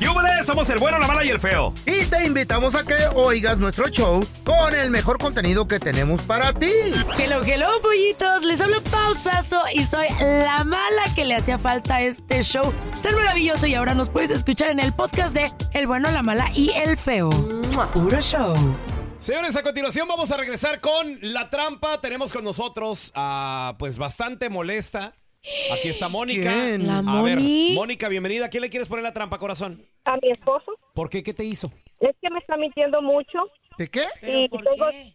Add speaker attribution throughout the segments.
Speaker 1: ¡Yúbales! Somos el bueno, la mala y el feo.
Speaker 2: Y te invitamos a que oigas nuestro show con el mejor contenido que tenemos para ti.
Speaker 3: Hello, hello, pollitos. Les hablo pausazo y soy la mala que le hacía falta a este show tan maravilloso. Y ahora nos puedes escuchar en el podcast de El bueno, la mala y el feo. Puro show.
Speaker 1: Señores, a continuación vamos a regresar con la trampa. Tenemos con nosotros a, pues, bastante molesta. Aquí está Mónica.
Speaker 3: ¿Quién? La
Speaker 1: a ver,
Speaker 3: Moni.
Speaker 1: Mónica, bienvenida. ¿A quién le quieres poner la trampa, corazón?
Speaker 4: a mi esposo.
Speaker 1: ¿Por qué? ¿Qué te hizo?
Speaker 4: Es que me está mintiendo mucho
Speaker 2: ¿De qué?
Speaker 4: y tengo-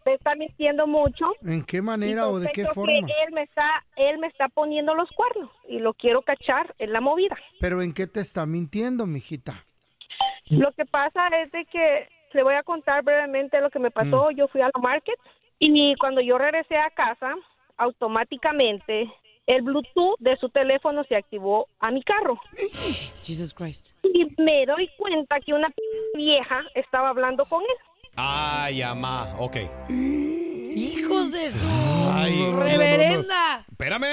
Speaker 4: me está mintiendo mucho.
Speaker 2: ¿En qué
Speaker 4: y
Speaker 2: manera o de qué
Speaker 4: sospecho
Speaker 2: forma?
Speaker 4: Que él me está, él me está poniendo los cuernos y lo quiero cachar en la movida.
Speaker 2: Pero ¿en qué te está mintiendo, mijita?
Speaker 4: Lo que pasa es de que le voy a contar brevemente lo que me
Speaker 2: Mm.
Speaker 4: pasó. Yo fui a la market y cuando yo regresé a casa, automáticamente el Bluetooth de su teléfono se activó a mi carro.
Speaker 3: Jesus Christ.
Speaker 4: Y me doy cuenta que una p- vieja estaba hablando con él.
Speaker 1: Ay, amá. Ok.
Speaker 3: Hijos de su
Speaker 1: Ay.
Speaker 3: reverenda.
Speaker 1: Espérame.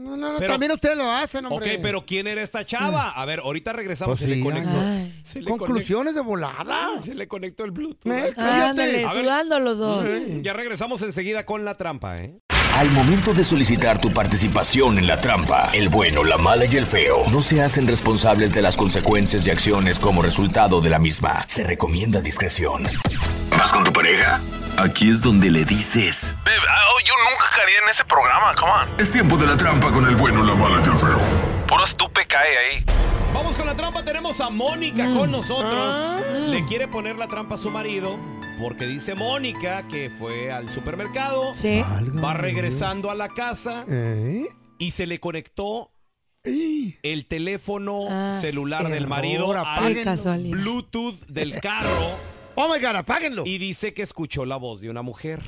Speaker 2: No, no, no,
Speaker 1: Pero-
Speaker 2: también ustedes lo hacen,
Speaker 1: Ok,
Speaker 2: hombre. Mm.
Speaker 1: pero ¿quién era esta chava? A ver, ahorita regresamos.
Speaker 2: Pues
Speaker 1: se le
Speaker 2: sí,
Speaker 1: conectó.
Speaker 3: ay.
Speaker 1: se le
Speaker 2: Conclusiones de volada.
Speaker 1: conectó- Se le conectó el Bluetooth.
Speaker 2: Eh,
Speaker 3: Ándale,
Speaker 2: cállate.
Speaker 1: A ver.
Speaker 3: sudando los dos.
Speaker 1: Ya regresamos enseguida con la trampa, ¿eh?
Speaker 5: Al momento de solicitar tu participación en la trampa, el bueno, la mala y el feo no se hacen responsables de las consecuencias y acciones como resultado de la misma. Se recomienda discreción. ¿Vas con tu pareja? Aquí es donde le dices.
Speaker 6: ah, oh, yo nunca caería en ese programa, come on.
Speaker 5: Es tiempo de la trampa con el bueno, la mala y el feo.
Speaker 6: Puro estupe cae ahí.
Speaker 1: Vamos con la trampa. Tenemos a Mónica con
Speaker 2: Ah.
Speaker 1: nosotros. Le quiere poner la trampa a su marido porque dice Mónica que fue al supermercado,
Speaker 3: Sí.
Speaker 1: va regresando a la casa
Speaker 2: ¿Eh?
Speaker 1: y se le conectó el teléfono
Speaker 3: Ah.
Speaker 1: celular del
Speaker 2: Error,
Speaker 1: marido
Speaker 3: Qué
Speaker 1: al
Speaker 2: apaguen-
Speaker 3: casualidad.
Speaker 1: Bluetooth del carro
Speaker 2: Oh my God, apáguenlo.
Speaker 1: y dice que escuchó la voz de una mujer.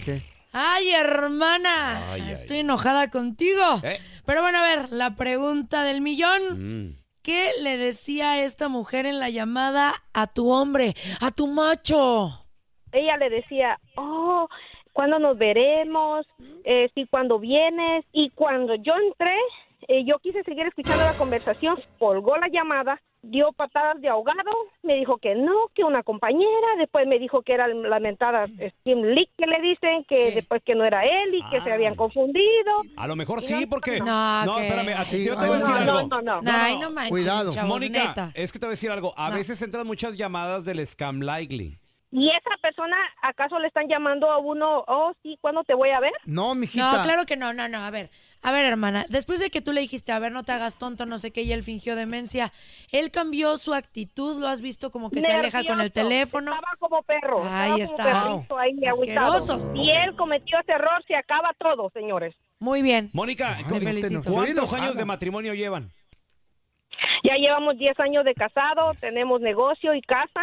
Speaker 3: Ay, hermana.
Speaker 1: Ay, ay.
Speaker 3: Estoy enojada contigo.
Speaker 1: Eh.
Speaker 3: Pero bueno, a ver, la pregunta del millón.
Speaker 1: Mm.
Speaker 3: ¿Qué le decía esta mujer en la llamada a tu hombre, a tu macho?
Speaker 4: ella le decía, oh, ¿cuándo nos veremos? Eh, sí, cuando vienes. Y cuando yo entré, eh, yo quise seguir escuchando la conversación, colgó la llamada, dio patadas de ahogado, me dijo que no, que una compañera, después me dijo que era la mentada Steam Leak que le dicen, que
Speaker 3: Sí.
Speaker 4: después que no era él y que se habían confundido.
Speaker 1: A lo mejor sí, porque...
Speaker 3: No,
Speaker 1: Eh, no
Speaker 3: ¿qué?
Speaker 1: espérame. a-
Speaker 2: Sí,
Speaker 1: yo te voy a
Speaker 2: ay,
Speaker 1: decir
Speaker 4: No,
Speaker 1: algo.
Speaker 4: no, no, no.
Speaker 3: Ay, no manches,
Speaker 2: Cuidado.
Speaker 3: chavos,
Speaker 1: Mónica,
Speaker 3: neta.
Speaker 1: es que te voy a decir algo. A
Speaker 3: No.
Speaker 1: veces entran muchas llamadas del scam likely.
Speaker 4: ¿Y esa persona acaso le están llamando a uno, oh, sí, ¿cuándo te voy a ver?
Speaker 2: No, mijita.
Speaker 3: No, claro que no, no, no. A ver, a ver, hermana. Después de que tú le dijiste, a ver, no te hagas tonto, no sé qué, y él fingió demencia, él cambió su actitud, lo has visto como que se aleja con el
Speaker 4: Nervioso.
Speaker 3: teléfono.
Speaker 4: Estaba como perro.
Speaker 3: Ahí
Speaker 4: estaba
Speaker 3: está.
Speaker 4: Como perrito ahí
Speaker 3: Asquerosos.
Speaker 4: agüitado. Si él cometió ese error, se acaba todo, señores.
Speaker 3: Muy bien.
Speaker 1: Mónica,
Speaker 2: Ay,
Speaker 1: ¿cu-
Speaker 3: te felicito.
Speaker 1: ¿cuántos
Speaker 2: Estoy
Speaker 1: años
Speaker 2: enojada.
Speaker 1: de matrimonio llevan?
Speaker 4: Ya llevamos 10 años de casado, tenemos negocio y casa.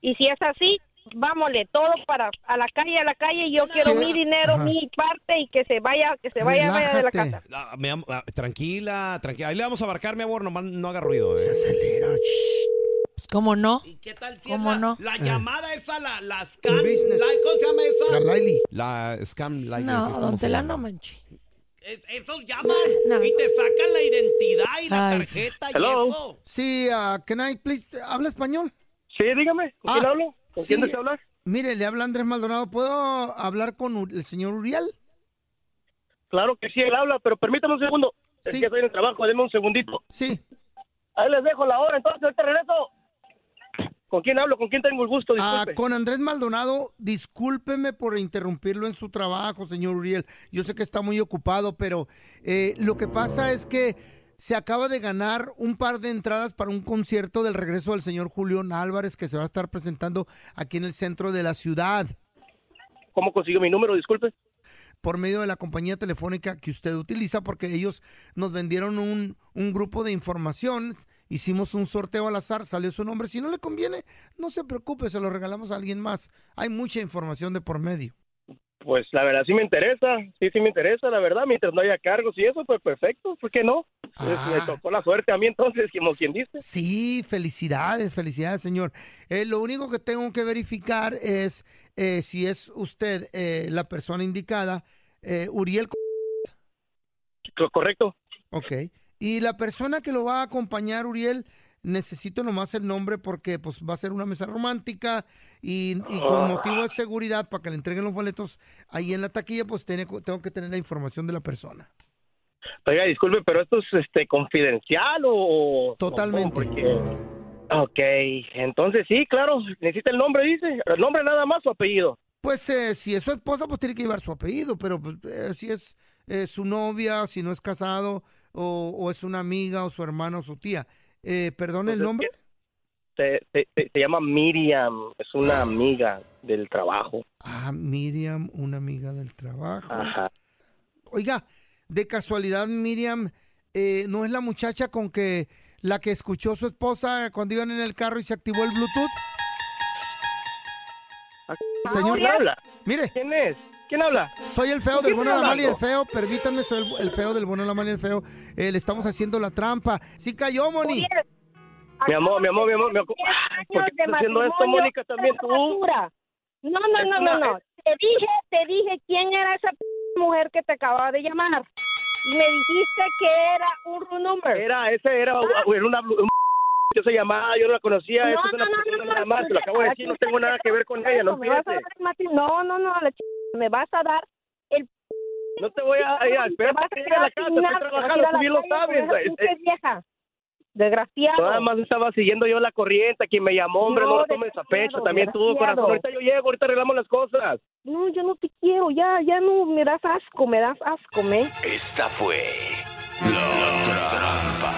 Speaker 4: Y si es así, vámonos todo para a la calle, a la calle. y Yo quiero mi dinero,
Speaker 2: Ajá.
Speaker 4: mi parte y que se vaya, que se vaya, vaya de la
Speaker 2: Relájate.
Speaker 4: casa.
Speaker 1: Ah, me am- ah, tranquila, tranquila. Ahí le vamos a abarcar, mi amor, nomás no haga ruido. ¿eh?
Speaker 2: Acelera, shh.
Speaker 3: Pues, ¿Cómo no?
Speaker 1: ¿Qué tal si
Speaker 3: ¿Cómo
Speaker 1: es la,
Speaker 3: no?
Speaker 1: la llamada esa, la, la scam? la- ¿Cómo se llama eso? La scam like
Speaker 3: No,
Speaker 1: es como
Speaker 3: don
Speaker 1: se
Speaker 3: Tela,
Speaker 1: llama.
Speaker 3: no manche.
Speaker 1: Es- Esos llaman y te sacan la identidad y la
Speaker 2: Ay, sí.
Speaker 1: tarjeta
Speaker 2: Hello.
Speaker 1: y eso.
Speaker 2: Sí, ah, can I please, ¿habla español?
Speaker 4: Sí, dígame,
Speaker 1: ¿con
Speaker 2: Ah,
Speaker 1: quién hablo?
Speaker 4: ¿Con quién desea hablar?
Speaker 2: Mire, le habla Andrés Maldonado, ¿puedo hablar con U- el señor Uriel?
Speaker 4: Claro que sí, él habla, pero permítame un segundo. Es que estoy en el trabajo, denme un segundito.
Speaker 2: Sí.
Speaker 4: Ahí les dejo la hora, entonces ahorita regreso. ¿Con quién hablo? ¿Con quién tengo el gusto?
Speaker 2: Ah,
Speaker 4: Disculpe.
Speaker 2: con Andrés Maldonado, discúlpeme por interrumpirlo en su trabajo, señor Uriel. Yo sé que está muy ocupado, pero eh, lo que pasa es que se acaba de ganar un par de entradas para un concierto del regreso del señor Julián Álvarez que se va a estar presentando aquí en el centro de la ciudad.
Speaker 4: ¿Cómo consiguió mi número? Disculpe.
Speaker 2: Por medio de la compañía telefónica que usted utiliza, porque ellos nos vendieron un, un grupo de información. Hicimos un sorteo al azar, salió su nombre. Si no le conviene, no se preocupe, se lo regalamos a alguien más. Hay mucha información de por medio.
Speaker 4: Pues la verdad sí me interesa, sí, sí me interesa, la verdad, mientras no haya cargos y eso, pues perfecto, ¿por qué no? Pues, Me tocó la suerte a mí entonces, como quien dice.
Speaker 2: Sí, felicidades, felicidades, señor. Eh, lo único que tengo que verificar es eh, si es usted eh, la persona indicada. Eh, Uriel.
Speaker 4: Correcto.
Speaker 2: Ok. Y la persona que lo va a acompañar, Uriel, necesito nomás el nombre porque pues, va a ser una mesa romántica y, y con motivo de seguridad para que le entreguen los boletos ahí en la taquilla, pues tiene- tengo que tener la información de la persona.
Speaker 4: Oiga, disculpe, pero esto es este confidencial o
Speaker 2: Totalmente.
Speaker 4: porque Ok, entonces sí, claro, necesita el nombre, dice. El nombre nada más, su apellido.
Speaker 2: Pues eh, si es su esposa, pues tiene que llevar su apellido, pero pues, eh, si es eh, su novia, si no es casado, o, o es una amiga, o su hermano, o su tía. Eh, ¿Perdón el nombre?
Speaker 4: Se, se- se- se llama Miriam, es una amiga del trabajo.
Speaker 2: Ah, Miriam, una amiga del trabajo.
Speaker 4: Ajá.
Speaker 2: Oiga, de casualidad, Miriam, eh, ¿no es la muchacha con que la que escuchó su esposa cuando iban en el carro y se activó el Bluetooth? Señor,
Speaker 4: Ah, ¿quién habla?
Speaker 2: Mire.
Speaker 4: ¿Quién es? ¿Quién habla?
Speaker 2: Soy el feo
Speaker 4: ¿Con
Speaker 2: del
Speaker 4: quién
Speaker 2: bueno, la
Speaker 4: estoy
Speaker 2: mala y el
Speaker 4: hablando?
Speaker 2: feo. Permítanme, soy el, el feo del bueno, la mala y el feo. Eh, le estamos haciendo la trampa. Sí cayó, Moni.
Speaker 4: Mi amor, mi amor, mi amor, mi amor. Ay, ¿Por qué estás haciendo esto, Mónica? También tú.
Speaker 7: No, no,
Speaker 4: Es
Speaker 7: no,
Speaker 4: una-
Speaker 7: no, no. Te dije, te dije quién era esa p- mujer que te acababa de llamar. Y me dijiste que era un room number. Ah.
Speaker 4: Era, ese era era una... un- Yo se llamaba, yo no la conocía,
Speaker 7: No,
Speaker 4: esta es una
Speaker 7: no, no, no,
Speaker 4: persona
Speaker 7: no,
Speaker 4: nada más, te lo acabo de
Speaker 7: aquí
Speaker 4: decir, no tengo nada que ver con ella, no
Speaker 7: Me vas a
Speaker 4: fíjate.
Speaker 7: dar mati- No, no, no, la ch- me vas a dar el
Speaker 4: No te voy a, ir a esperar
Speaker 7: vas a
Speaker 4: hasta que llegue a la
Speaker 7: quedar
Speaker 4: casa,
Speaker 7: sin
Speaker 4: estoy
Speaker 7: nada, te vas a ir
Speaker 4: trabajando,
Speaker 7: a
Speaker 4: tú
Speaker 7: la
Speaker 4: bien lo
Speaker 7: calle con esa
Speaker 4: sabes. Eh,
Speaker 7: pinche
Speaker 4: eh,
Speaker 7: vieja. Desgraciado.
Speaker 4: Nada más estaba siguiendo yo la corriente, a quien me llamó, hombre, no,
Speaker 7: No,
Speaker 4: lo tomes a pecho,
Speaker 7: desgraciado,
Speaker 4: también tú, corazón,
Speaker 7: desgraciado.
Speaker 4: ahorita yo llego, ahorita arreglamos las cosas.
Speaker 7: No, yo no te quiero, ya, ya no, me das asco, me das asco, me.
Speaker 8: Esta fue la trampa.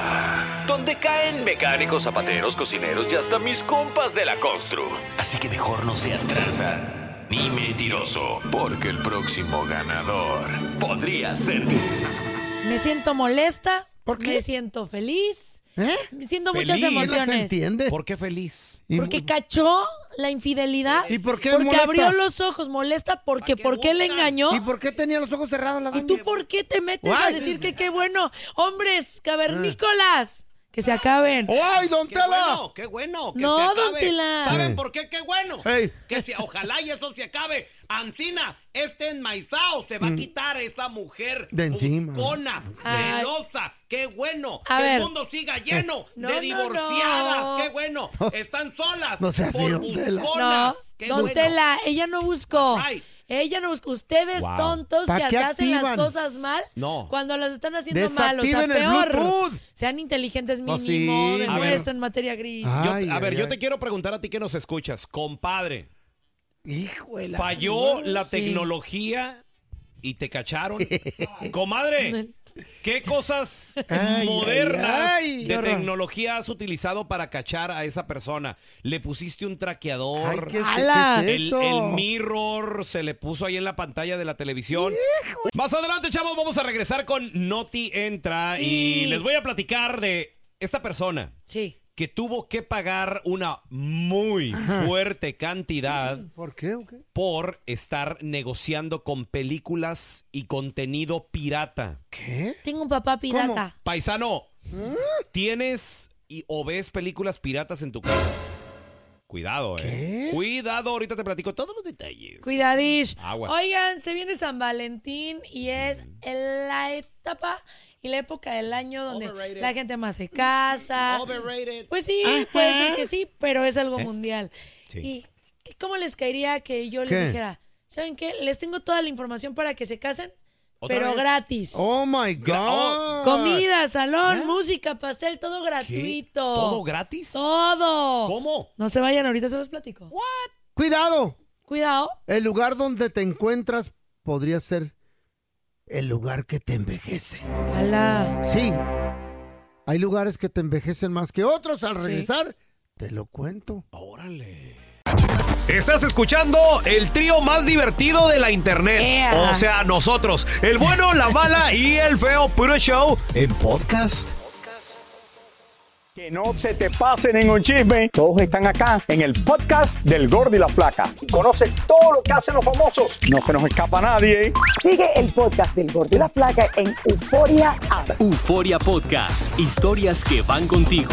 Speaker 8: Donde caen mecánicos, zapateros, cocineros y hasta mis compas de la constru. Así que mejor no seas tranza ni mentiroso, porque el próximo ganador podría ser tú.
Speaker 3: Me siento molesta. Me siento feliz.
Speaker 2: ¿Eh?
Speaker 3: Me Siento muchas emociones.
Speaker 1: ¿Por qué feliz?
Speaker 3: Porque cachó la infidelidad.
Speaker 1: ¿Y por qué
Speaker 3: Porque
Speaker 1: molesta?
Speaker 3: abrió los ojos, molesta porque ¿por qué le engañó?
Speaker 2: ¿Y por qué tenía los ojos cerrados la
Speaker 3: ¿Y tú por qué te metes a
Speaker 2: Guay.
Speaker 3: decir que qué bueno? Hombres, cavernícolas, que se acaben.
Speaker 2: ¡Ay, don
Speaker 3: Tela!
Speaker 1: bueno, Oh, qué bueno. Ah. Que
Speaker 3: No,
Speaker 1: se
Speaker 3: don
Speaker 1: acabe.
Speaker 3: Tela.
Speaker 1: ¿Saben
Speaker 3: Eh.
Speaker 1: por qué? Qué bueno. Que se- ojalá y eso se acabe. Ancina, este enmaizao se va a
Speaker 2: Mm.
Speaker 1: quitar a esta mujer
Speaker 2: De encima.
Speaker 1: buscona,
Speaker 3: Ay.
Speaker 1: celosa. Qué bueno.
Speaker 3: A
Speaker 1: que
Speaker 3: ver.
Speaker 1: el mundo siga lleno
Speaker 3: No,
Speaker 1: de
Speaker 3: no,
Speaker 1: divorciadas.
Speaker 3: no.
Speaker 1: Qué bueno. Están solas.
Speaker 2: no sea así,
Speaker 1: por
Speaker 2: don Tela.
Speaker 1: busconas.
Speaker 3: No,
Speaker 1: Qué
Speaker 3: don
Speaker 1: bueno.
Speaker 3: Tela, ella no buscó. Ella no buscó. Ustedes
Speaker 1: Wow.
Speaker 3: tontos
Speaker 1: ¿Pa
Speaker 3: que
Speaker 1: qué
Speaker 3: hasta hacen las
Speaker 1: activan?
Speaker 3: cosas mal
Speaker 1: No.
Speaker 3: cuando las están haciendo mal. O sea,
Speaker 1: Desactiven el
Speaker 3: peor.
Speaker 1: Bluetooth.
Speaker 3: Sean inteligentes
Speaker 1: Pues
Speaker 3: mínimo,
Speaker 1: sí. A ver. Ah.
Speaker 3: demuestren materia gris.
Speaker 1: Yo- a ver, yo te quiero preguntar a ti que nos escuchas, compadre.
Speaker 2: Hijo
Speaker 3: de la-
Speaker 1: Falló la
Speaker 3: Sí.
Speaker 1: tecnología y te cacharon. Comadre, ¿qué cosas
Speaker 2: Ay,
Speaker 1: modernas
Speaker 2: ay, ay. Qué
Speaker 1: de
Speaker 2: horror.
Speaker 1: tecnología has utilizado para cachar a esa persona? ¿Le pusiste un traqueador?
Speaker 2: ¿qué es- ¡Hala! qué es
Speaker 1: el,
Speaker 2: eso?
Speaker 1: el mirror se le puso ahí en la pantalla de la televisión. Más adelante, chavos, vamos a regresar con Noti Entra y
Speaker 3: Sí.
Speaker 1: les voy a platicar de esta persona
Speaker 3: Sí.
Speaker 1: que tuvo que pagar una muy fuerte cantidad
Speaker 2: ¿Por qué? o qué?
Speaker 1: por estar negociando con películas y contenido pirata.
Speaker 3: Tengo un papá pirata.
Speaker 1: Paisano, tienes y o ves películas piratas en tu casa. Cuidado, ¿eh? Cuidado, ahorita te platico todos los detalles.
Speaker 3: Cuidadish.
Speaker 1: Aguas.
Speaker 3: Oigan, se viene San Valentín y es el- la etapa y la época del año donde
Speaker 9: Overrated. Mm,
Speaker 3: la gente más se casa.
Speaker 9: Overrated.
Speaker 3: Pues sí,
Speaker 9: Ajá.
Speaker 3: puede ser que sí, pero es algo
Speaker 9: ¿Eh?
Speaker 3: mundial.
Speaker 9: Sí.
Speaker 3: ¿Y qué- cómo les caería que yo les
Speaker 2: ¿Qué?
Speaker 3: dijera? ¿Saben qué? Les tengo toda la información para que se casen,
Speaker 2: ¿Otra
Speaker 3: pero
Speaker 2: vez?
Speaker 3: gratis.
Speaker 2: Oh my
Speaker 1: oh,
Speaker 2: God.
Speaker 3: Comida, salón, música, pastel, todo gratuito.
Speaker 2: ¿Todo
Speaker 1: gratis?
Speaker 3: Todo.
Speaker 1: ¿Cómo?
Speaker 3: No se vayan, ahorita se los platico.
Speaker 2: Cuidado.
Speaker 3: Cuidado.
Speaker 2: El lugar donde te encuentras podría ser el lugar que te envejece.
Speaker 3: Ala.
Speaker 2: Sí. Hay lugares que te envejecen más que otros. Al
Speaker 10: Sí.
Speaker 2: regresar, te lo cuento.
Speaker 10: Estás escuchando el trío más divertido de la internet.
Speaker 2: Ea.
Speaker 10: O sea, nosotros, el bueno, la mala y el feo puro show en podcast.
Speaker 11: Que no se te pase ningún chisme. Todos están acá en el podcast del Gordi y la Flaca. Conoce todo lo que hacen los famosos. No se nos escapa nadie. ¿eh? Sigue el podcast del Gordi y la Flaca en Euforia
Speaker 12: Euforia Podcast, historias que van contigo.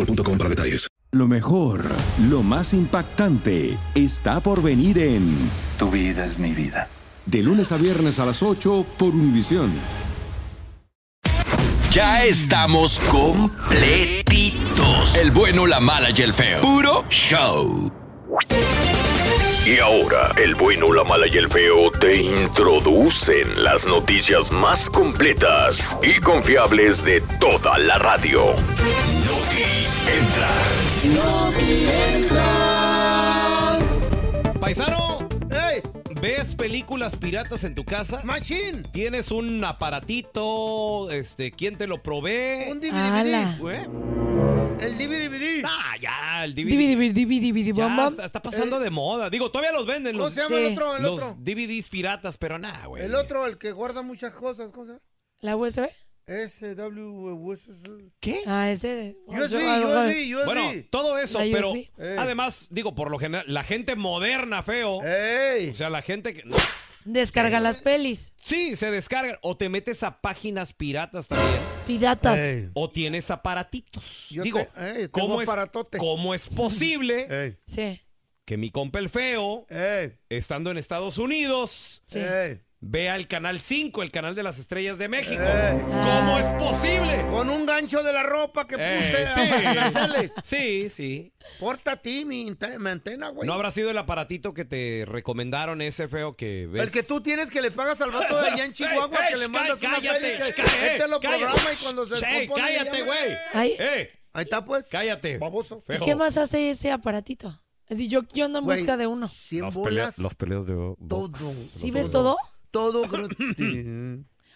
Speaker 13: para detalles.
Speaker 14: Lo mejor, lo más impactante, está por venir en
Speaker 15: Tu vida es mi vida.
Speaker 14: De lunes a viernes a las 8 por Univisión.
Speaker 8: Ya estamos completitos. El bueno, la mala y el feo. Puro show.
Speaker 16: Y ahora, el bueno, la mala y el feo te introducen las noticias más completas y confiables de toda la radio.
Speaker 1: Paisano, ¿ves películas piratas en tu casa?
Speaker 2: ¡Machín!
Speaker 1: ¿Tienes un aparatito? Este, ¿Quién te lo provee? Un
Speaker 3: Ala.
Speaker 2: El DVD.
Speaker 1: ¿Eh? Ah, ya, el DVD.
Speaker 3: Dividi, dividi, dividi,
Speaker 1: Ya
Speaker 3: bom, bom.
Speaker 1: está, está pasando
Speaker 3: Eh.
Speaker 1: de moda. Digo, todavía los venden.
Speaker 2: ¿Cómo
Speaker 1: los,
Speaker 2: se llama el Sí. otro, el
Speaker 1: los
Speaker 2: otro?
Speaker 1: DVDs piratas, pero nada, güey.
Speaker 2: El otro, el que guarda muchas cosas. ¿Cómo se llama?
Speaker 3: ¿La USB?
Speaker 2: SW.
Speaker 1: ¿Qué?
Speaker 3: Ah, ese.
Speaker 2: USB,
Speaker 3: Yo- a lo mejor-
Speaker 2: USB, USB.
Speaker 1: Bueno, todo eso,
Speaker 3: La
Speaker 1: pero
Speaker 3: USB.
Speaker 2: Eh.
Speaker 1: además, digo, por lo general, la gente moderna, feo. O sea, la gente que. no,
Speaker 3: Descarga las pelis.
Speaker 1: sí, se descargan. O te metes a páginas piratas también.
Speaker 3: Piratas.
Speaker 1: O tienes aparatitos.
Speaker 2: Yo
Speaker 1: digo,
Speaker 2: te- ey, tengo
Speaker 1: ¿cómo, es,
Speaker 2: aparatote.
Speaker 1: ¿cómo es posible
Speaker 3: Sí.
Speaker 1: que mi compa el feo, estando en Estados Unidos,
Speaker 3: Sí.
Speaker 2: Ey.
Speaker 1: vea el canal 5, el canal de las estrellas de México? ¿Cómo es posible?
Speaker 2: Con un gancho de la ropa que puse
Speaker 1: Eh,
Speaker 2: en la tele.
Speaker 1: Sí, sí.
Speaker 2: Porta a ti mi, inte- mi antena, güey.
Speaker 1: ¿No habrá sido el aparatito que te recomendaron ese feo que ves?
Speaker 2: El que tú tienes que le pagas al vato de allá en Chihuahua
Speaker 1: Ey,
Speaker 2: que
Speaker 1: ey,
Speaker 2: le mandas
Speaker 1: cállate,
Speaker 2: una feria y
Speaker 1: cállate,
Speaker 2: que
Speaker 1: cállate,
Speaker 2: este lo
Speaker 1: cállate.
Speaker 2: programa y cuando se
Speaker 1: Ey,
Speaker 2: descompone le
Speaker 1: cállate,
Speaker 2: llama.
Speaker 1: güey. ¡Eh!
Speaker 3: Ay.
Speaker 1: Ey.
Speaker 2: Ahí está, pues.
Speaker 1: Cállate.
Speaker 2: Baboso.
Speaker 3: ¿Y qué más hace ese aparatito? Es decir, yo, yo ando en
Speaker 2: Güey,
Speaker 3: busca de uno.
Speaker 2: cien Los bolas. pelea- los
Speaker 1: peleas de
Speaker 2: Todo.
Speaker 3: ¿Sí ves todo?
Speaker 2: Todo. gratis.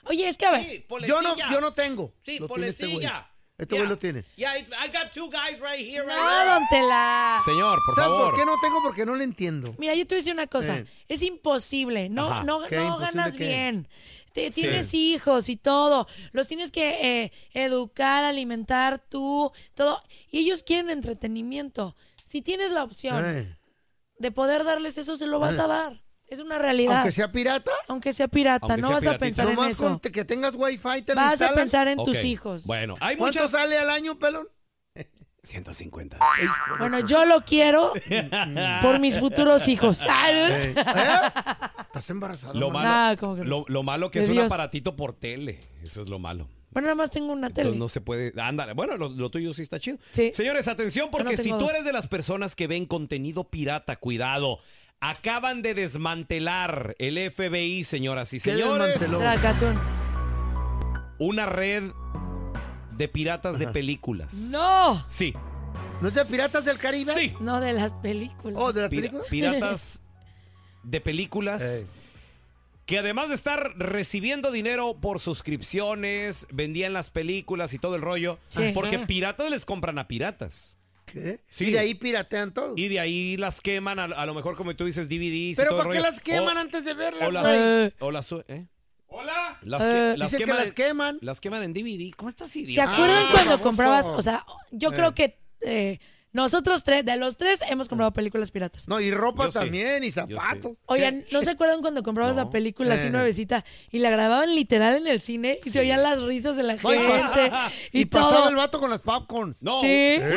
Speaker 3: Oye, es que a ver.
Speaker 2: yo, no, yo no tengo.
Speaker 1: Sí,
Speaker 2: Lo tiene este güey.
Speaker 1: poletilla.
Speaker 2: Este güey lo tiene.
Speaker 1: Yeah, I got two guys right here.
Speaker 3: No, don Tela.
Speaker 1: Señor, por
Speaker 2: ¿Sabes
Speaker 1: favor.
Speaker 2: por qué no tengo? Porque no le entiendo.
Speaker 3: Mira, yo te voy a decir una cosa.
Speaker 2: Eh.
Speaker 3: Es imposible. No,
Speaker 2: Ajá.
Speaker 3: no,
Speaker 2: ¿Qué?
Speaker 3: no
Speaker 2: ¿Imposible
Speaker 3: ganas
Speaker 2: qué?
Speaker 3: bien. Te-
Speaker 2: Sí.
Speaker 3: tienes hijos y todo. Los tienes que eh, educar, alimentar tú, todo. Y ellos quieren entretenimiento. Si tienes la opción
Speaker 2: Eh.
Speaker 3: de poder darles eso, se lo vas
Speaker 2: Eh.
Speaker 3: a dar. Es una realidad.
Speaker 2: Aunque sea pirata.
Speaker 3: Aunque sea pirata,
Speaker 2: Aunque
Speaker 3: no
Speaker 2: sea
Speaker 3: vas a
Speaker 2: piratita.
Speaker 3: pensar en
Speaker 2: Nomás
Speaker 3: eso.
Speaker 2: con te- que tengas wifi te lo
Speaker 3: Vas a
Speaker 2: instalan.
Speaker 3: pensar en tus Ok. hijos.
Speaker 1: Bueno, hay
Speaker 2: ¿Cuánto
Speaker 1: muchas-
Speaker 2: sale al año, pelón?
Speaker 1: 150.
Speaker 3: Bueno, yo lo quiero por mis futuros hijos. Ay,
Speaker 2: ¿Eh? ¿Estás embarazada?
Speaker 1: Lo malo,
Speaker 3: Pues Nada, ¿cómo crees?
Speaker 1: lo, lo malo que
Speaker 3: De
Speaker 1: es un
Speaker 3: Dios.
Speaker 1: aparatito por tele. Eso es lo malo.
Speaker 3: Bueno, nada más tengo una
Speaker 1: Entonces
Speaker 3: tele.
Speaker 1: no se puede. Ándale. Bueno, lo, lo tuyo sí está chido.
Speaker 3: Sí.
Speaker 1: Señores, atención,
Speaker 3: Yo
Speaker 1: porque
Speaker 3: no
Speaker 1: si
Speaker 3: tengo
Speaker 1: tú
Speaker 3: dos.
Speaker 1: eres de las personas que ven contenido pirata, cuidado. Acaban de desmantelar el FBI, señoras y señores.
Speaker 3: Tracatún.
Speaker 1: Una red de piratas de películas.
Speaker 3: ¡No!
Speaker 1: Sí.
Speaker 2: ¿No es de Piratas del Caribe?
Speaker 1: Sí.
Speaker 3: No, de las películas.
Speaker 2: ¿Oh, de las
Speaker 1: Pira-
Speaker 2: películas? Eh,
Speaker 1: piratas de películas que además de estar recibiendo dinero por suscripciones, vendían las películas y todo el rollo,
Speaker 2: Sí.
Speaker 1: porque
Speaker 2: Ajá.
Speaker 1: piratas les compran a piratas.
Speaker 2: ¿Qué?
Speaker 1: Sí.
Speaker 2: Y de ahí piratean todo.
Speaker 1: Y de ahí las queman, a, a lo mejor como tú dices, DVDs. y
Speaker 2: Pero
Speaker 1: todo el
Speaker 2: ¿para qué
Speaker 1: rollo.
Speaker 2: las queman
Speaker 1: O-
Speaker 2: antes de
Speaker 1: O
Speaker 2: verlas,
Speaker 1: las,
Speaker 2: güey?
Speaker 1: o las su- ¿eh? ¡Hola! Las,
Speaker 2: Eh,
Speaker 1: que- las
Speaker 2: Dice que
Speaker 1: queman,
Speaker 2: las queman.
Speaker 1: Las queman en DVD. ¿Cómo estás,
Speaker 3: ¿Se
Speaker 1: idiota?
Speaker 3: acuerdan cuando
Speaker 1: baboso.
Speaker 3: comprabas? O sea, yo
Speaker 1: Ah, Eh. Eh.
Speaker 3: creo que eh, nosotros tres, de los tres, hemos comprado películas piratas.
Speaker 2: No, y ropa
Speaker 3: Yo sí.
Speaker 2: también, y zapatos.
Speaker 1: Eh,
Speaker 3: Oigan, ¿no se acuerdan cuando comprabas la película así
Speaker 2: Eh.
Speaker 3: nuevecita y la grababan literal en el cine y se oían las risas de la
Speaker 2: No, y pas-
Speaker 3: gente y,
Speaker 2: y
Speaker 3: todo?
Speaker 2: pasaba el vato con las popcorn.
Speaker 1: No, una,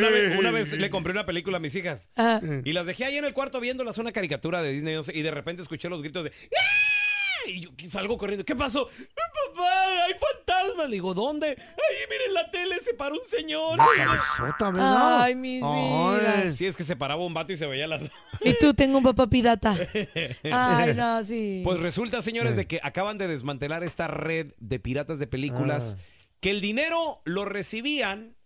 Speaker 1: vez, una vez le compré una película a mis hijas.
Speaker 3: Ajá.
Speaker 1: Y las dejé ahí en el cuarto viéndolas una caricatura de Disney no sé, y de repente escuché los gritos de "¡Ah!", y yo salgo corriendo. ¿Qué pasó? "¡Ay, papá! ¡Hay fantasmas! Le digo, ¿dónde? Ahí miren la tele, se paró un señor.
Speaker 3: ¿verdad? Ay, mis Ay. vidas.
Speaker 1: Sí, es que se paraba un vato y se veía las.
Speaker 3: Y tú, tengo un papá pirata. Ay, no, sí.
Speaker 1: Pues resulta, señores, de que acaban de desmantelar esta red de piratas de
Speaker 2: Ah.
Speaker 1: películas, que el dinero lo recibían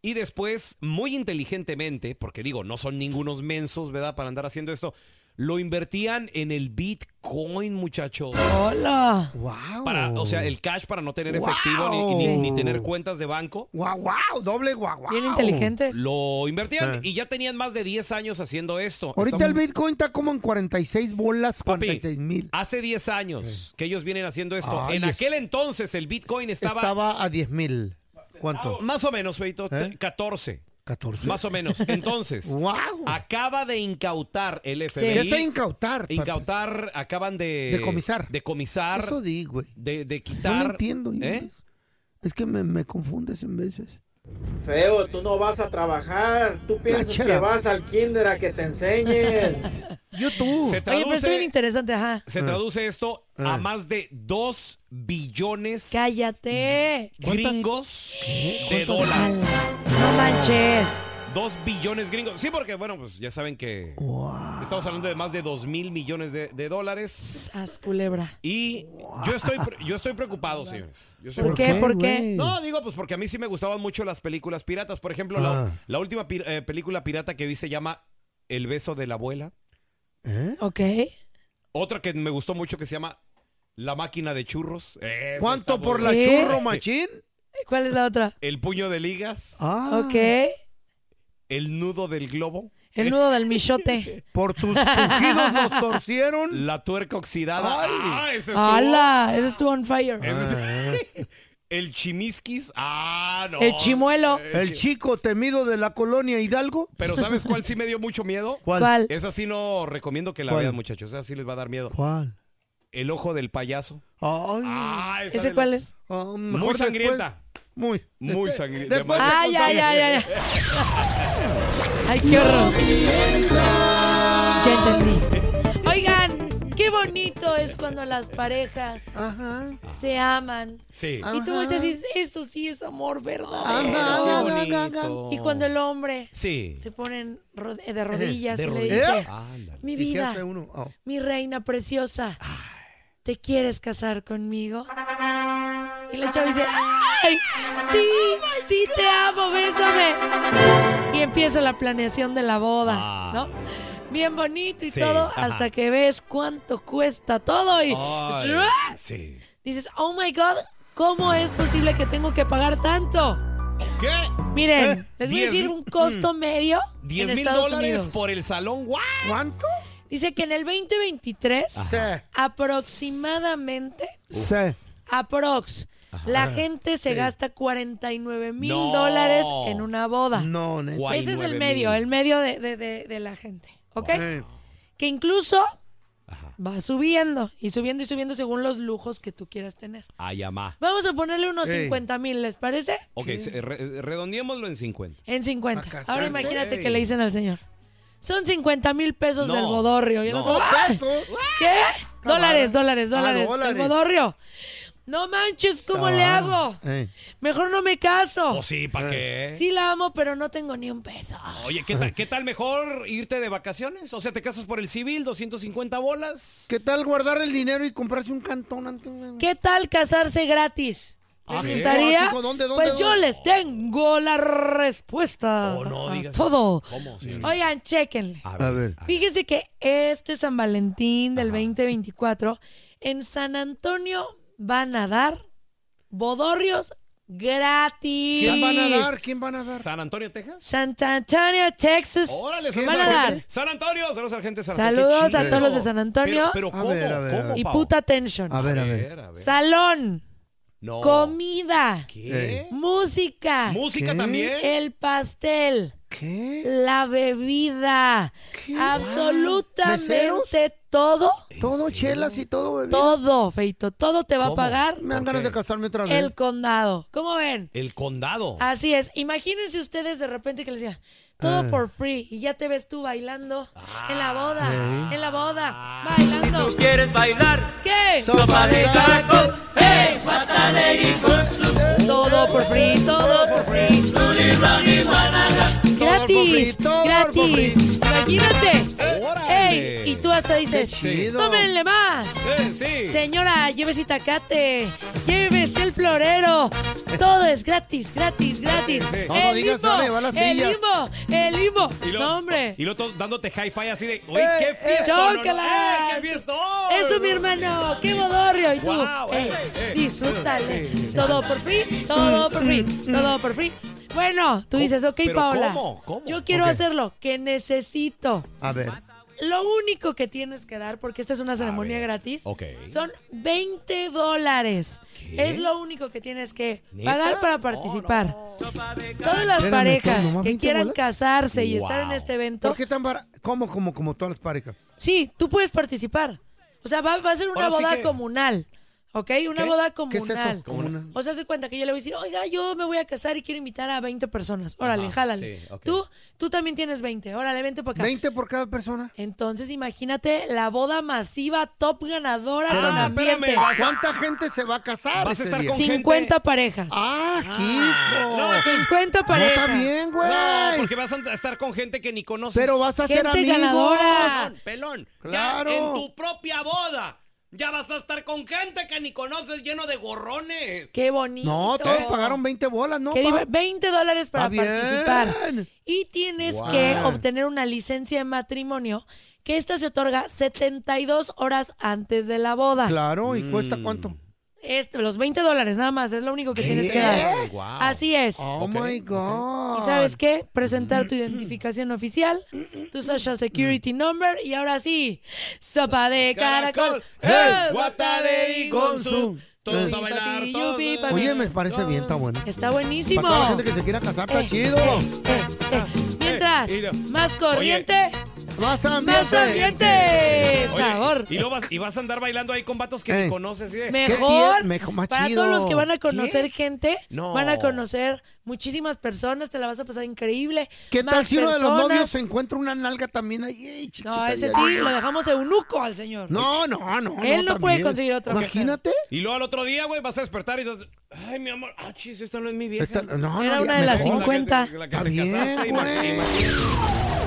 Speaker 1: y después, muy inteligentemente, porque digo, no son ningunos mensos, ¿verdad? Para andar haciendo esto, lo invertían en el Bitcoin, muchachos.
Speaker 3: ¡Hola!
Speaker 2: ¡Wow!
Speaker 1: Para, o
Speaker 2: Oh.
Speaker 1: sea, el cash para no tener
Speaker 2: Wow.
Speaker 1: efectivo ni, ni- ni tener cuentas de banco.
Speaker 2: ¡Guau, guau! Doble guau, guau.
Speaker 3: Bien inteligentes.
Speaker 1: Lo invertían
Speaker 2: Sí.
Speaker 1: y ya tenían más de 10 años haciendo esto.
Speaker 2: Ahorita
Speaker 1: Está-
Speaker 2: el Bitcoin está como en 46 bolas,
Speaker 1: Papi,
Speaker 2: 46 mil.
Speaker 1: Hace 10 años que ellos vienen haciendo esto.
Speaker 2: Ay,
Speaker 1: en
Speaker 2: es-
Speaker 1: aquel entonces el Bitcoin estaba,
Speaker 2: Estaba, a 10 mil. ¿Cuánto?
Speaker 1: más o menos, Feito,
Speaker 2: ¿Eh?
Speaker 1: 14.
Speaker 2: 14.
Speaker 1: Más o menos. Entonces,
Speaker 2: Guau.
Speaker 1: acaba de incautar el FBI.
Speaker 2: ¿Qué es incautar? papi?
Speaker 1: Incautar, acaban de...
Speaker 2: Decomisar.
Speaker 1: Decomisar.
Speaker 2: Eso di, güey.
Speaker 1: De, de
Speaker 2: No
Speaker 1: quitar...
Speaker 2: lo entiendo. yo
Speaker 1: ¿Eh?
Speaker 2: eso. Es que me, me confundes en veces.
Speaker 17: Feo, tú no vas a trabajar. Tú piensas
Speaker 2: Cáchara.
Speaker 17: que vas al kinder a que te enseñen.
Speaker 2: YouTube.
Speaker 1: Se
Speaker 3: Oye, pero está bien
Speaker 1: traduce,
Speaker 3: interesante, ajá.
Speaker 1: se traduce esto a
Speaker 3: Ah.
Speaker 1: más de 2 billones
Speaker 3: ¡Cállate!
Speaker 1: gringos de dólares.
Speaker 3: ¡No manches!
Speaker 1: Dos billones gringos. Sí, porque, bueno, pues ya saben que estamos hablando de más de dos mil millones de, de dólares.
Speaker 3: Sas, culebra.
Speaker 1: Y yo estoy, pre- yo estoy preocupado, señores. Yo estoy
Speaker 3: ¿Por qué?
Speaker 1: preocupado.
Speaker 3: ¿Por qué?
Speaker 1: No, digo, pues porque a mí sí me gustaban mucho las películas piratas. Por ejemplo, la-
Speaker 2: Ah.
Speaker 1: la, última pir- eh, película pirata que vi se llama El beso de la abuela.
Speaker 2: ¿Eh?
Speaker 3: Ok.
Speaker 1: Otra que me gustó mucho que se llama La máquina de churros. Esa está
Speaker 2: ¿Cuánto por la
Speaker 1: buena.
Speaker 2: churro, machín? Ah,
Speaker 3: ¿Cuál es la otra?
Speaker 1: El puño de ligas.
Speaker 3: Ok.
Speaker 1: El nudo del globo.
Speaker 3: El nudo del michote.
Speaker 2: Por tus cogidos nos torcieron.
Speaker 1: La tuerca oxidada. Ah, ese estuvo.
Speaker 3: ¡Hala! Ese estuvo on fire.
Speaker 2: Ah.
Speaker 1: El chimisquis. Ah, no.
Speaker 3: El chimuelo.
Speaker 2: El chico temido de la colonia Hidalgo.
Speaker 1: Pero ¿sabes cuál sí me dio mucho miedo?
Speaker 2: ¿Cuál? ¿Cuál?
Speaker 1: Esa sí no recomiendo que la
Speaker 2: ¿Cuál?
Speaker 1: vean, muchachos. Esa sí les va a dar miedo.
Speaker 2: ¿Cuál?
Speaker 1: El ojo del payaso.
Speaker 2: Ay.
Speaker 1: Ah, esa
Speaker 3: ¿Ese
Speaker 1: de la-
Speaker 3: cuál es?
Speaker 1: Muy sangrienta.
Speaker 2: Muy.
Speaker 1: Muy sangrienta.
Speaker 3: Después
Speaker 1: Demasiado.
Speaker 3: Ay, ay, ay, ay. Ay, qué horror. Ya entendí. Oigan, qué bonito es cuando las parejas se aman.
Speaker 1: Sí.
Speaker 3: Y tú volteas y dices, eso sí es amor
Speaker 1: Ajá.
Speaker 3: verdadero.
Speaker 1: Qué bonito.
Speaker 3: Y cuando el hombre
Speaker 1: Sí.
Speaker 3: se pone en ro- de rodillas
Speaker 1: De
Speaker 3: y le
Speaker 1: rodillas. Ah,
Speaker 3: dice,
Speaker 1: Ándale.
Speaker 3: mi
Speaker 1: ¿Y qué
Speaker 3: vida,
Speaker 1: hace uno? Oh.
Speaker 3: mi reina preciosa, ¿te quieres casar conmigo? Y la chava dice, ¡ay! ¡Sí! ¡Sí te amo! ¡Bésame! Y empieza la planeación de la boda, ¿no? Bien bonito y
Speaker 1: Ah. Sí,
Speaker 3: todo,
Speaker 1: ajá.
Speaker 3: hasta que ves cuánto cuesta todo y
Speaker 1: Ay,
Speaker 3: ¡ah!
Speaker 1: sí.
Speaker 3: dices, ¡oh my God! ¿Cómo es posible que tengo que pagar tanto?
Speaker 1: ¿Qué?
Speaker 3: Miren,
Speaker 1: ¿Eh?
Speaker 3: les voy a
Speaker 1: Diez
Speaker 3: decir
Speaker 1: mil-
Speaker 3: un costo medio
Speaker 1: 10
Speaker 3: en
Speaker 1: mil
Speaker 3: Estados
Speaker 1: dólares
Speaker 3: Unidos.
Speaker 1: por el salón. ¿What?
Speaker 2: ¿Cuánto?
Speaker 3: Dice que en el 2023, aproximadamente,
Speaker 2: Sí.
Speaker 3: aprox, la gente se
Speaker 2: Sí.
Speaker 3: gasta 49 mil
Speaker 2: No.
Speaker 3: dólares en una boda.
Speaker 2: No, neta.
Speaker 3: Ese es el medio, el medio de, de- de- de la gente, ¿ok?
Speaker 2: Eh,
Speaker 3: Que incluso va subiendo y subiendo y subiendo según los lujos que tú quieras tener.
Speaker 1: Ay, amá.
Speaker 3: Vamos a ponerle unos
Speaker 1: Ey.
Speaker 3: 50 mil, ¿les parece?
Speaker 1: Ok, se- re- redondeémoslo en 50.
Speaker 3: En 50. Ahora
Speaker 1: casarse.
Speaker 3: imagínate
Speaker 1: Ey.
Speaker 3: que le dicen al señor. Son 50 mil pesos
Speaker 1: No,
Speaker 3: del bodorrio. Y el
Speaker 1: no.
Speaker 3: otro,
Speaker 1: ¿Dos
Speaker 3: ¡ay! ¿Qué? Dólares, dólares,
Speaker 2: Ah,
Speaker 3: dólares.
Speaker 2: dólares.
Speaker 3: Del bodorrio. No manches, ¿cómo le
Speaker 2: Ah,
Speaker 3: hago?
Speaker 2: eh.
Speaker 3: Mejor no me caso.
Speaker 1: Oh, sí, ¿para qué?
Speaker 3: Sí la amo, pero no tengo ni un peso.
Speaker 1: Oye, ¿qué, tal- ¿qué tal mejor irte de vacaciones? O sea, te casas por el civil, 250 bolas.
Speaker 2: ¿Qué tal guardar el dinero y comprarse un cantón antes?
Speaker 3: ¿Qué tal casarse gratis? ¿Les
Speaker 2: Ah, ¿qué?
Speaker 3: gustaría?
Speaker 2: Chico, ¿dónde, dónde,
Speaker 3: pues yo
Speaker 2: dónde?
Speaker 3: les tengo la respuesta.
Speaker 1: Oh,
Speaker 3: a todo. Oigan,
Speaker 1: Ah.
Speaker 3: chequenle.
Speaker 2: A ver.
Speaker 3: Fíjense que este San Valentín del 2024 En San Antonio van a dar bodorrios gratis.
Speaker 2: ¿Quién van a dar? ¿Quién van a dar?
Speaker 1: ¿San Antonio, Texas?
Speaker 3: Santa Antonio, Texas.
Speaker 1: Órale,
Speaker 3: ¿Qué
Speaker 1: saludos
Speaker 3: van
Speaker 1: a
Speaker 3: a
Speaker 1: la
Speaker 3: dar?
Speaker 1: gente. San Antonio, saludos a la gente de San Antonio.
Speaker 3: Saludos
Speaker 1: Qué
Speaker 3: a
Speaker 1: chido.
Speaker 3: todos los de San Antonio.
Speaker 1: Pero, pero ¿cómo? ¿Cómo,
Speaker 3: Y
Speaker 1: Pau?
Speaker 3: puta tension.
Speaker 1: A ver, a ver. A ver.
Speaker 3: Salón.
Speaker 1: No.
Speaker 3: Comida.
Speaker 1: ¿Qué?
Speaker 3: Música.
Speaker 1: ¿Música ¿Eh? ¿Qué? también?
Speaker 3: El pastel.
Speaker 2: ¿Qué?
Speaker 3: La bebida. Absolutamente todo.
Speaker 2: Todo, chelas y todo, bebida.
Speaker 3: Todo, Feito. Todo te va a pagar.
Speaker 2: Me dan ganas de casarme otra vez.
Speaker 3: El condado. ¿Cómo ven?
Speaker 1: El condado.
Speaker 3: Así es. Imagínense ustedes de repente que les digan todo
Speaker 1: Ah.
Speaker 3: por free y ya te ves tú bailando en la boda,
Speaker 1: Ah.
Speaker 3: en la boda, bailando.
Speaker 18: ¿Quieres bailar?
Speaker 3: ¿Qué?
Speaker 18: Sopa de caracol.
Speaker 3: ¡Hey!
Speaker 18: Guataneri con su.
Speaker 3: Todo por free, todo por free.
Speaker 18: Luli, Rani, Guanaja.
Speaker 3: Gratis, gratis. Imagínate.
Speaker 18: Órale.
Speaker 3: ¡Ey! Y tú hasta dices,
Speaker 18: Qué chido.
Speaker 3: tómenle más. Señora, llévese itacate, llévese el florero. Todo es gratis, gratis, gratis.
Speaker 1: No, no
Speaker 3: el
Speaker 1: digas,
Speaker 3: limbo,
Speaker 1: dale, va a las
Speaker 3: el
Speaker 1: sillas.
Speaker 3: limbo, el limbo.
Speaker 1: Y luego-
Speaker 3: No, hombre.
Speaker 1: Y luego todos dándote hi-fi así de, ¡Uy,
Speaker 3: Eh,
Speaker 1: qué
Speaker 3: eh,
Speaker 1: fiesta!
Speaker 3: ¡Chócalas!
Speaker 1: ¡Eh, ¡Qué fiesta!
Speaker 3: Eso, mi hermano, qué bodorrio. Y tú,
Speaker 1: Guau,
Speaker 3: ey,
Speaker 1: eh, eh. Mm,
Speaker 3: disfrútale. Todo por free, todo por free, todo por free. Bueno, tú dices, ok,
Speaker 2: ¿Pero
Speaker 3: Paola.
Speaker 2: cómo? ¿Cómo?
Speaker 3: Yo quiero
Speaker 2: Ok.
Speaker 3: hacerlo, que necesito.
Speaker 2: A ver.
Speaker 3: Lo único que tienes que dar, porque esta es una ceremonia gratis,
Speaker 1: Ok.
Speaker 3: son 20 dólares. Es lo único que tienes que
Speaker 1: ¿Neta?
Speaker 3: pagar para participar. Todas las
Speaker 2: Espérame,
Speaker 3: parejas
Speaker 2: ¿todo nomás
Speaker 3: que
Speaker 2: 20
Speaker 3: quieran
Speaker 2: bolas?
Speaker 3: casarse y estar en
Speaker 2: Wow.
Speaker 3: este evento,
Speaker 2: ¿Por qué tan bar... ¿Cómo, cómo, como todas las parejas?
Speaker 3: sí, tú puedes participar. O sea, va, va a ser una
Speaker 2: Ahora sí
Speaker 3: boda
Speaker 2: que-
Speaker 3: comunal, ¿ok? Una
Speaker 2: ¿Qué?
Speaker 3: boda
Speaker 2: ¿Qué es eso?
Speaker 3: comunal.
Speaker 2: Comunal.
Speaker 3: O sea, se cuenta que yo le voy a decir, oiga, yo me voy a casar y quiero invitar a 20 personas. Órale,
Speaker 2: Ajá,
Speaker 3: jálale.
Speaker 2: sí, ok.
Speaker 3: Tú, tú también tienes 20. Órale, vente por acá.
Speaker 2: 20 por cada persona.
Speaker 3: Entonces, imagínate la boda masiva top ganadora
Speaker 2: Espérame,
Speaker 3: con ambiente.
Speaker 2: espérame, ¿Cuánta gente se va a casar?
Speaker 3: Vas
Speaker 2: ese
Speaker 3: a estar
Speaker 2: día?
Speaker 3: con 50 parejas.
Speaker 2: ¡Ah, hijo!
Speaker 1: No,
Speaker 3: 50 parejas.
Speaker 2: No, está bien, güey.
Speaker 1: No, porque vas a estar con gente que ni conoces.
Speaker 2: Pero vas a ser
Speaker 1: Gente
Speaker 2: amigos.
Speaker 1: ganadora. Pelón,
Speaker 2: Claro.
Speaker 1: ya en tu propia boda ya vas a estar con gente que ni conoces lleno de gorrones.
Speaker 3: Qué bonito.
Speaker 2: No, todos pagaron 20 bolas, ¿no?
Speaker 3: Qué
Speaker 2: pa?
Speaker 3: diver- 20 dólares para
Speaker 2: Está bien.
Speaker 3: participar. Y tienes
Speaker 2: Guau.
Speaker 3: que obtener una licencia de matrimonio que esta se otorga 72 horas antes de la boda.
Speaker 2: Claro,
Speaker 1: Mm.
Speaker 2: ¿y cuesta cuánto?
Speaker 3: Este, los 20 dólares nada más, es lo único que tienes que dar.
Speaker 2: Guau.
Speaker 3: Así es.
Speaker 2: Oh my God.
Speaker 3: ¿Y sabes qué? Presentar tu identificación oficial, tu social security number y ahora sí, sopa de caracol. ¡Eh!
Speaker 1: Guataleri con su. Todos a bailar.
Speaker 3: Yupi, yupi, pa'
Speaker 2: Oye,
Speaker 3: mí.
Speaker 2: me parece bien, está bueno.
Speaker 3: Está buenísimo.
Speaker 2: Para toda la gente que se quiera casar, está
Speaker 3: Eh,
Speaker 2: chido.
Speaker 3: eh, Mientras,
Speaker 1: y lo-
Speaker 3: más corriente,
Speaker 2: más
Speaker 3: ambiente,
Speaker 1: Oye,
Speaker 3: sabor.
Speaker 1: Y, lo vas, y vas a andar bailando ahí con vatos que ni conoces. ¿sí?
Speaker 3: eh. Mejor,
Speaker 2: Eh. Mejor, más
Speaker 3: para
Speaker 2: chido.
Speaker 3: todos los que van a
Speaker 2: ¿Qué?
Speaker 3: conocer gente,
Speaker 2: No.
Speaker 3: van a conocer muchísimas personas, te la vas a pasar increíble.
Speaker 2: ¿Qué tal
Speaker 3: más
Speaker 2: si uno de los
Speaker 3: personas.
Speaker 2: novios se encuentra una nalga también ahí? Ey, chiquita,
Speaker 3: No, ese
Speaker 2: ya.
Speaker 3: sí, lo dejamos eunuco al señor.
Speaker 2: No, no, no.
Speaker 3: Él no puede
Speaker 2: también.
Speaker 3: conseguir otra mujer.
Speaker 2: Imagínate.
Speaker 1: Y luego al otro día, güey, vas a despertar y dices, ay, mi amor, ah, chis, esta no es mi vieja.
Speaker 2: Esta- no, no,
Speaker 3: Era
Speaker 2: ya
Speaker 3: una de las
Speaker 2: mejor.
Speaker 3: 50.
Speaker 1: La que te casaste, imagínate.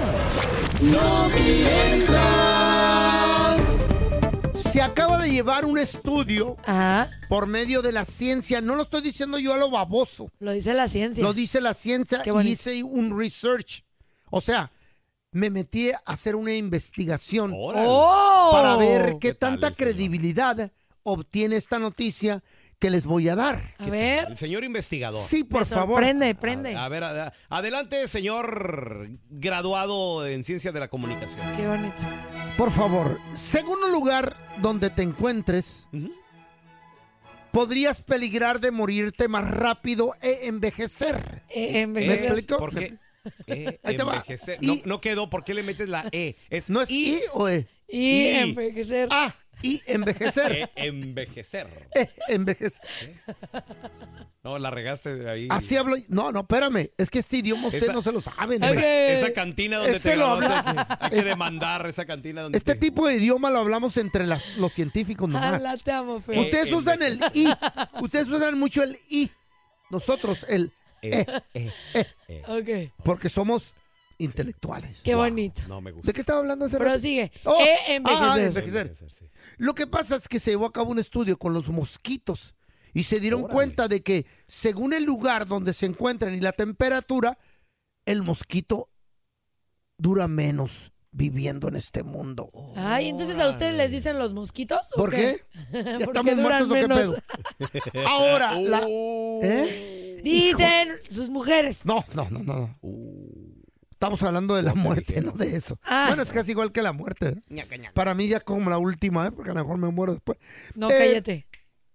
Speaker 2: Se acaba de llevar un estudio por medio de la ciencia. No lo estoy diciendo yo a lo baboso.
Speaker 3: Lo dice la ciencia.
Speaker 2: Lo dice la ciencia
Speaker 3: Qué
Speaker 2: y
Speaker 3: bonito.
Speaker 2: hice un research. O sea, me metí a hacer una investigación
Speaker 3: Órale. ¡Oh!
Speaker 2: para ver qué, tanta credibilidad obtiene esta noticia que les voy a dar.
Speaker 3: A ver.
Speaker 1: El señor investigador.
Speaker 2: Sí, por Me favor. sorprende, prende.
Speaker 1: A, a ver, a- adelante, señor graduado en ciencia de la comunicación.
Speaker 3: Qué bonito.
Speaker 2: Por favor, según un lugar donde te encuentres, podrías peligrar de morirte más rápido e envejecer.
Speaker 3: Eh,
Speaker 2: ¿Me explico?
Speaker 1: Porque eh,
Speaker 2: Ahí te va.
Speaker 1: envejecer. No, no quedó. ¿Por qué le metes la E? Es
Speaker 2: ¿No es I, o E?
Speaker 3: Y envejecer.
Speaker 2: Ah, y envejecer.
Speaker 1: Eh, envejecer.
Speaker 2: Eh, envejecer.
Speaker 1: No, la regaste de ahí.
Speaker 2: Así hablo. yo. No, no, espérame. Es que este idioma ustedes
Speaker 1: Esa-
Speaker 2: no se lo saben.
Speaker 1: Esa,
Speaker 2: güey.
Speaker 1: esa cantina donde
Speaker 2: Este
Speaker 1: te
Speaker 2: lo
Speaker 1: grabaste,
Speaker 2: habla-
Speaker 1: hay que- Hay que demandar esa cantina donde
Speaker 2: Este
Speaker 1: te-
Speaker 2: tipo de idioma lo hablamos entre las- los científicos nomás.
Speaker 3: Ala, te amo, Fer.
Speaker 2: Ustedes
Speaker 1: Eh,
Speaker 2: usan el I. Ustedes usan mucho el I. Nosotros el
Speaker 1: Eh,
Speaker 2: E.
Speaker 3: Ok.
Speaker 2: Porque somos intelectuales.
Speaker 3: Qué bonito.
Speaker 1: No me
Speaker 2: ¿De qué estaba hablando hace rato?
Speaker 3: Prosigue.
Speaker 2: Oh,
Speaker 3: E,
Speaker 2: ah,
Speaker 3: envejecer.
Speaker 2: envejecer. Lo que pasa es que se llevó a cabo un estudio con los mosquitos y se dieron cuenta de que según el lugar donde se encuentran y la temperatura, el mosquito dura menos viviendo en este mundo.
Speaker 3: Ay, entonces a ustedes les dicen los mosquitos. o
Speaker 2: ¿Por qué?
Speaker 3: Porque
Speaker 2: estamos
Speaker 3: duran
Speaker 2: muertos, ¿o qué Uh.
Speaker 3: menos.
Speaker 2: Ahora, la- ¿Eh?
Speaker 3: Dicen sus mujeres.
Speaker 2: No, no, no, no. no. Uh. Estamos hablando de la muerte, no de eso.
Speaker 3: Ah.
Speaker 2: Bueno, es casi igual que la muerte. ¿eh?
Speaker 3: Ñaca, ñaca.
Speaker 2: Para mí ya como la última, ¿eh? porque a lo mejor me muero después.
Speaker 3: No,
Speaker 2: Eh,
Speaker 3: cállate.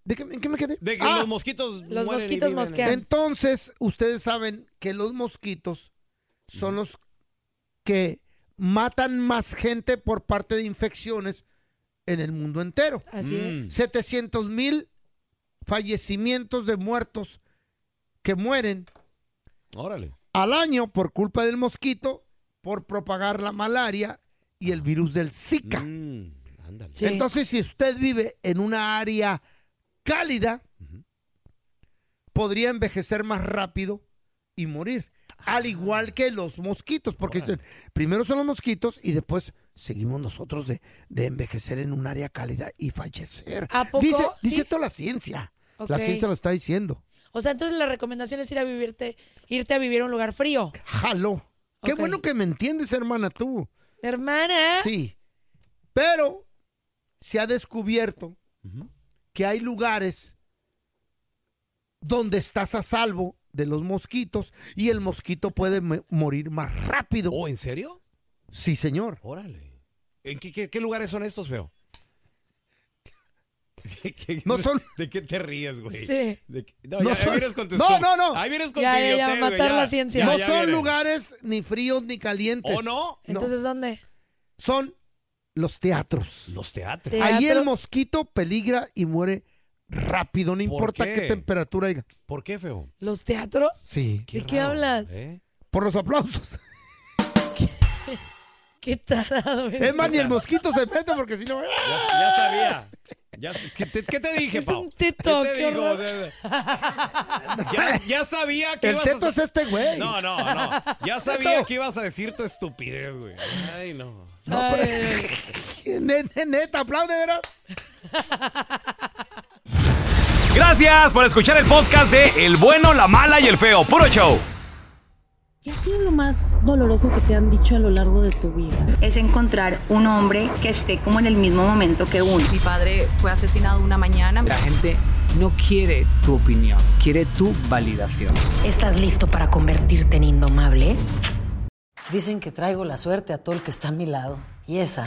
Speaker 2: ¿De qué, en qué me quedé?
Speaker 1: De que
Speaker 2: Ah.
Speaker 1: los mosquitos. mueren y viven en-
Speaker 2: Entonces, ustedes saben que los mosquitos son los que matan más gente por parte de infecciones en el mundo entero.
Speaker 3: Así es. Mm.
Speaker 2: 700 mil fallecimientos de muertos que mueren
Speaker 1: Órale.
Speaker 2: al año por culpa del mosquito por propagar la malaria y el virus del Zika.
Speaker 1: Mm. Sí.
Speaker 2: Entonces, si usted vive en una área cálida, podría envejecer más rápido y morir.
Speaker 3: Ah.
Speaker 2: Al igual que los mosquitos, porque dicen, primero son los mosquitos y después seguimos nosotros de, de envejecer en un área cálida y fallecer.
Speaker 3: ¿A poco?
Speaker 2: Dice,
Speaker 3: Sí.
Speaker 2: dice toda la ciencia. La
Speaker 3: Ok.
Speaker 2: ciencia lo está diciendo.
Speaker 3: O sea, entonces la recomendación es ir a vivirte, irte a vivir a un lugar frío.
Speaker 2: Jalo. Qué bueno que me entiendes, hermana, tú.
Speaker 3: Hermana.
Speaker 2: Sí. Pero se ha descubierto que hay lugares donde estás a salvo de los mosquitos y el mosquito puede me- morir más rápido.
Speaker 1: ¿Oh, en serio?
Speaker 2: Sí, señor.
Speaker 1: Órale. ¿En qué, qué- qué lugares son estos, feo? ¿Qué- qué-
Speaker 2: No son-
Speaker 1: ¿De qué te ríes, güey?
Speaker 2: Sí.
Speaker 1: ¿De qué- No,
Speaker 2: No
Speaker 1: ya, ya
Speaker 2: son-
Speaker 1: vienes con tus
Speaker 2: No,
Speaker 1: com-
Speaker 2: no, no.
Speaker 1: Ahí vienes con
Speaker 3: Ya,
Speaker 1: tu
Speaker 3: ya, ya,
Speaker 1: idiotez, güey,
Speaker 3: matar
Speaker 1: ya.
Speaker 3: la ciencia.
Speaker 1: Ya,
Speaker 2: no
Speaker 1: ya
Speaker 2: son
Speaker 1: viene.
Speaker 2: lugares ni fríos ni calientes.
Speaker 1: ¿Oh, no?
Speaker 3: Entonces, ¿dónde?
Speaker 2: Son los teatros. Los
Speaker 1: teatros.
Speaker 2: Ahí
Speaker 1: ¿Teatro?
Speaker 2: el mosquito peligra y muere rápido, no importa qué?
Speaker 1: qué?
Speaker 2: temperatura haya.
Speaker 1: ¿Por qué, feo?
Speaker 3: ¿Los teatros?
Speaker 2: Sí.
Speaker 3: ¿De qué hablas?
Speaker 2: Por los aplausos.
Speaker 3: Qué tarado.
Speaker 1: Eh,
Speaker 3: eres.
Speaker 2: Es más, ni el mosquito se mete porque si no... ¡ah!
Speaker 1: Ya, ya sabía. Ya- ¿qué, te, qué te dije, Pau?
Speaker 2: teto,
Speaker 1: ¿Qué te
Speaker 2: qué
Speaker 1: digo?
Speaker 2: horror.
Speaker 1: Ya, ya sabía que
Speaker 2: El
Speaker 1: ibas a...
Speaker 2: teto es este güey.
Speaker 1: No, no, no. Ya sabía que ibas a decir tu estupidez, güey. Ay, no.
Speaker 2: No, pero... Neta, neta, aplaude, ¿verdad?
Speaker 10: Gracias por escuchar el podcast de El bueno, la mala y el feo. Puro show.
Speaker 19: ¿Qué ha sido lo más doloroso que te han dicho a lo largo de tu vida?
Speaker 20: es encontrar un hombre que esté como en el mismo momento que uno. Mi padre fue asesinado una mañana.
Speaker 21: La gente no quiere tu opinión, quiere tu validación.
Speaker 22: ¿Estás listo para convertirte en indomable? Dicen que traigo la suerte a todo el que está a mi lado. Y esa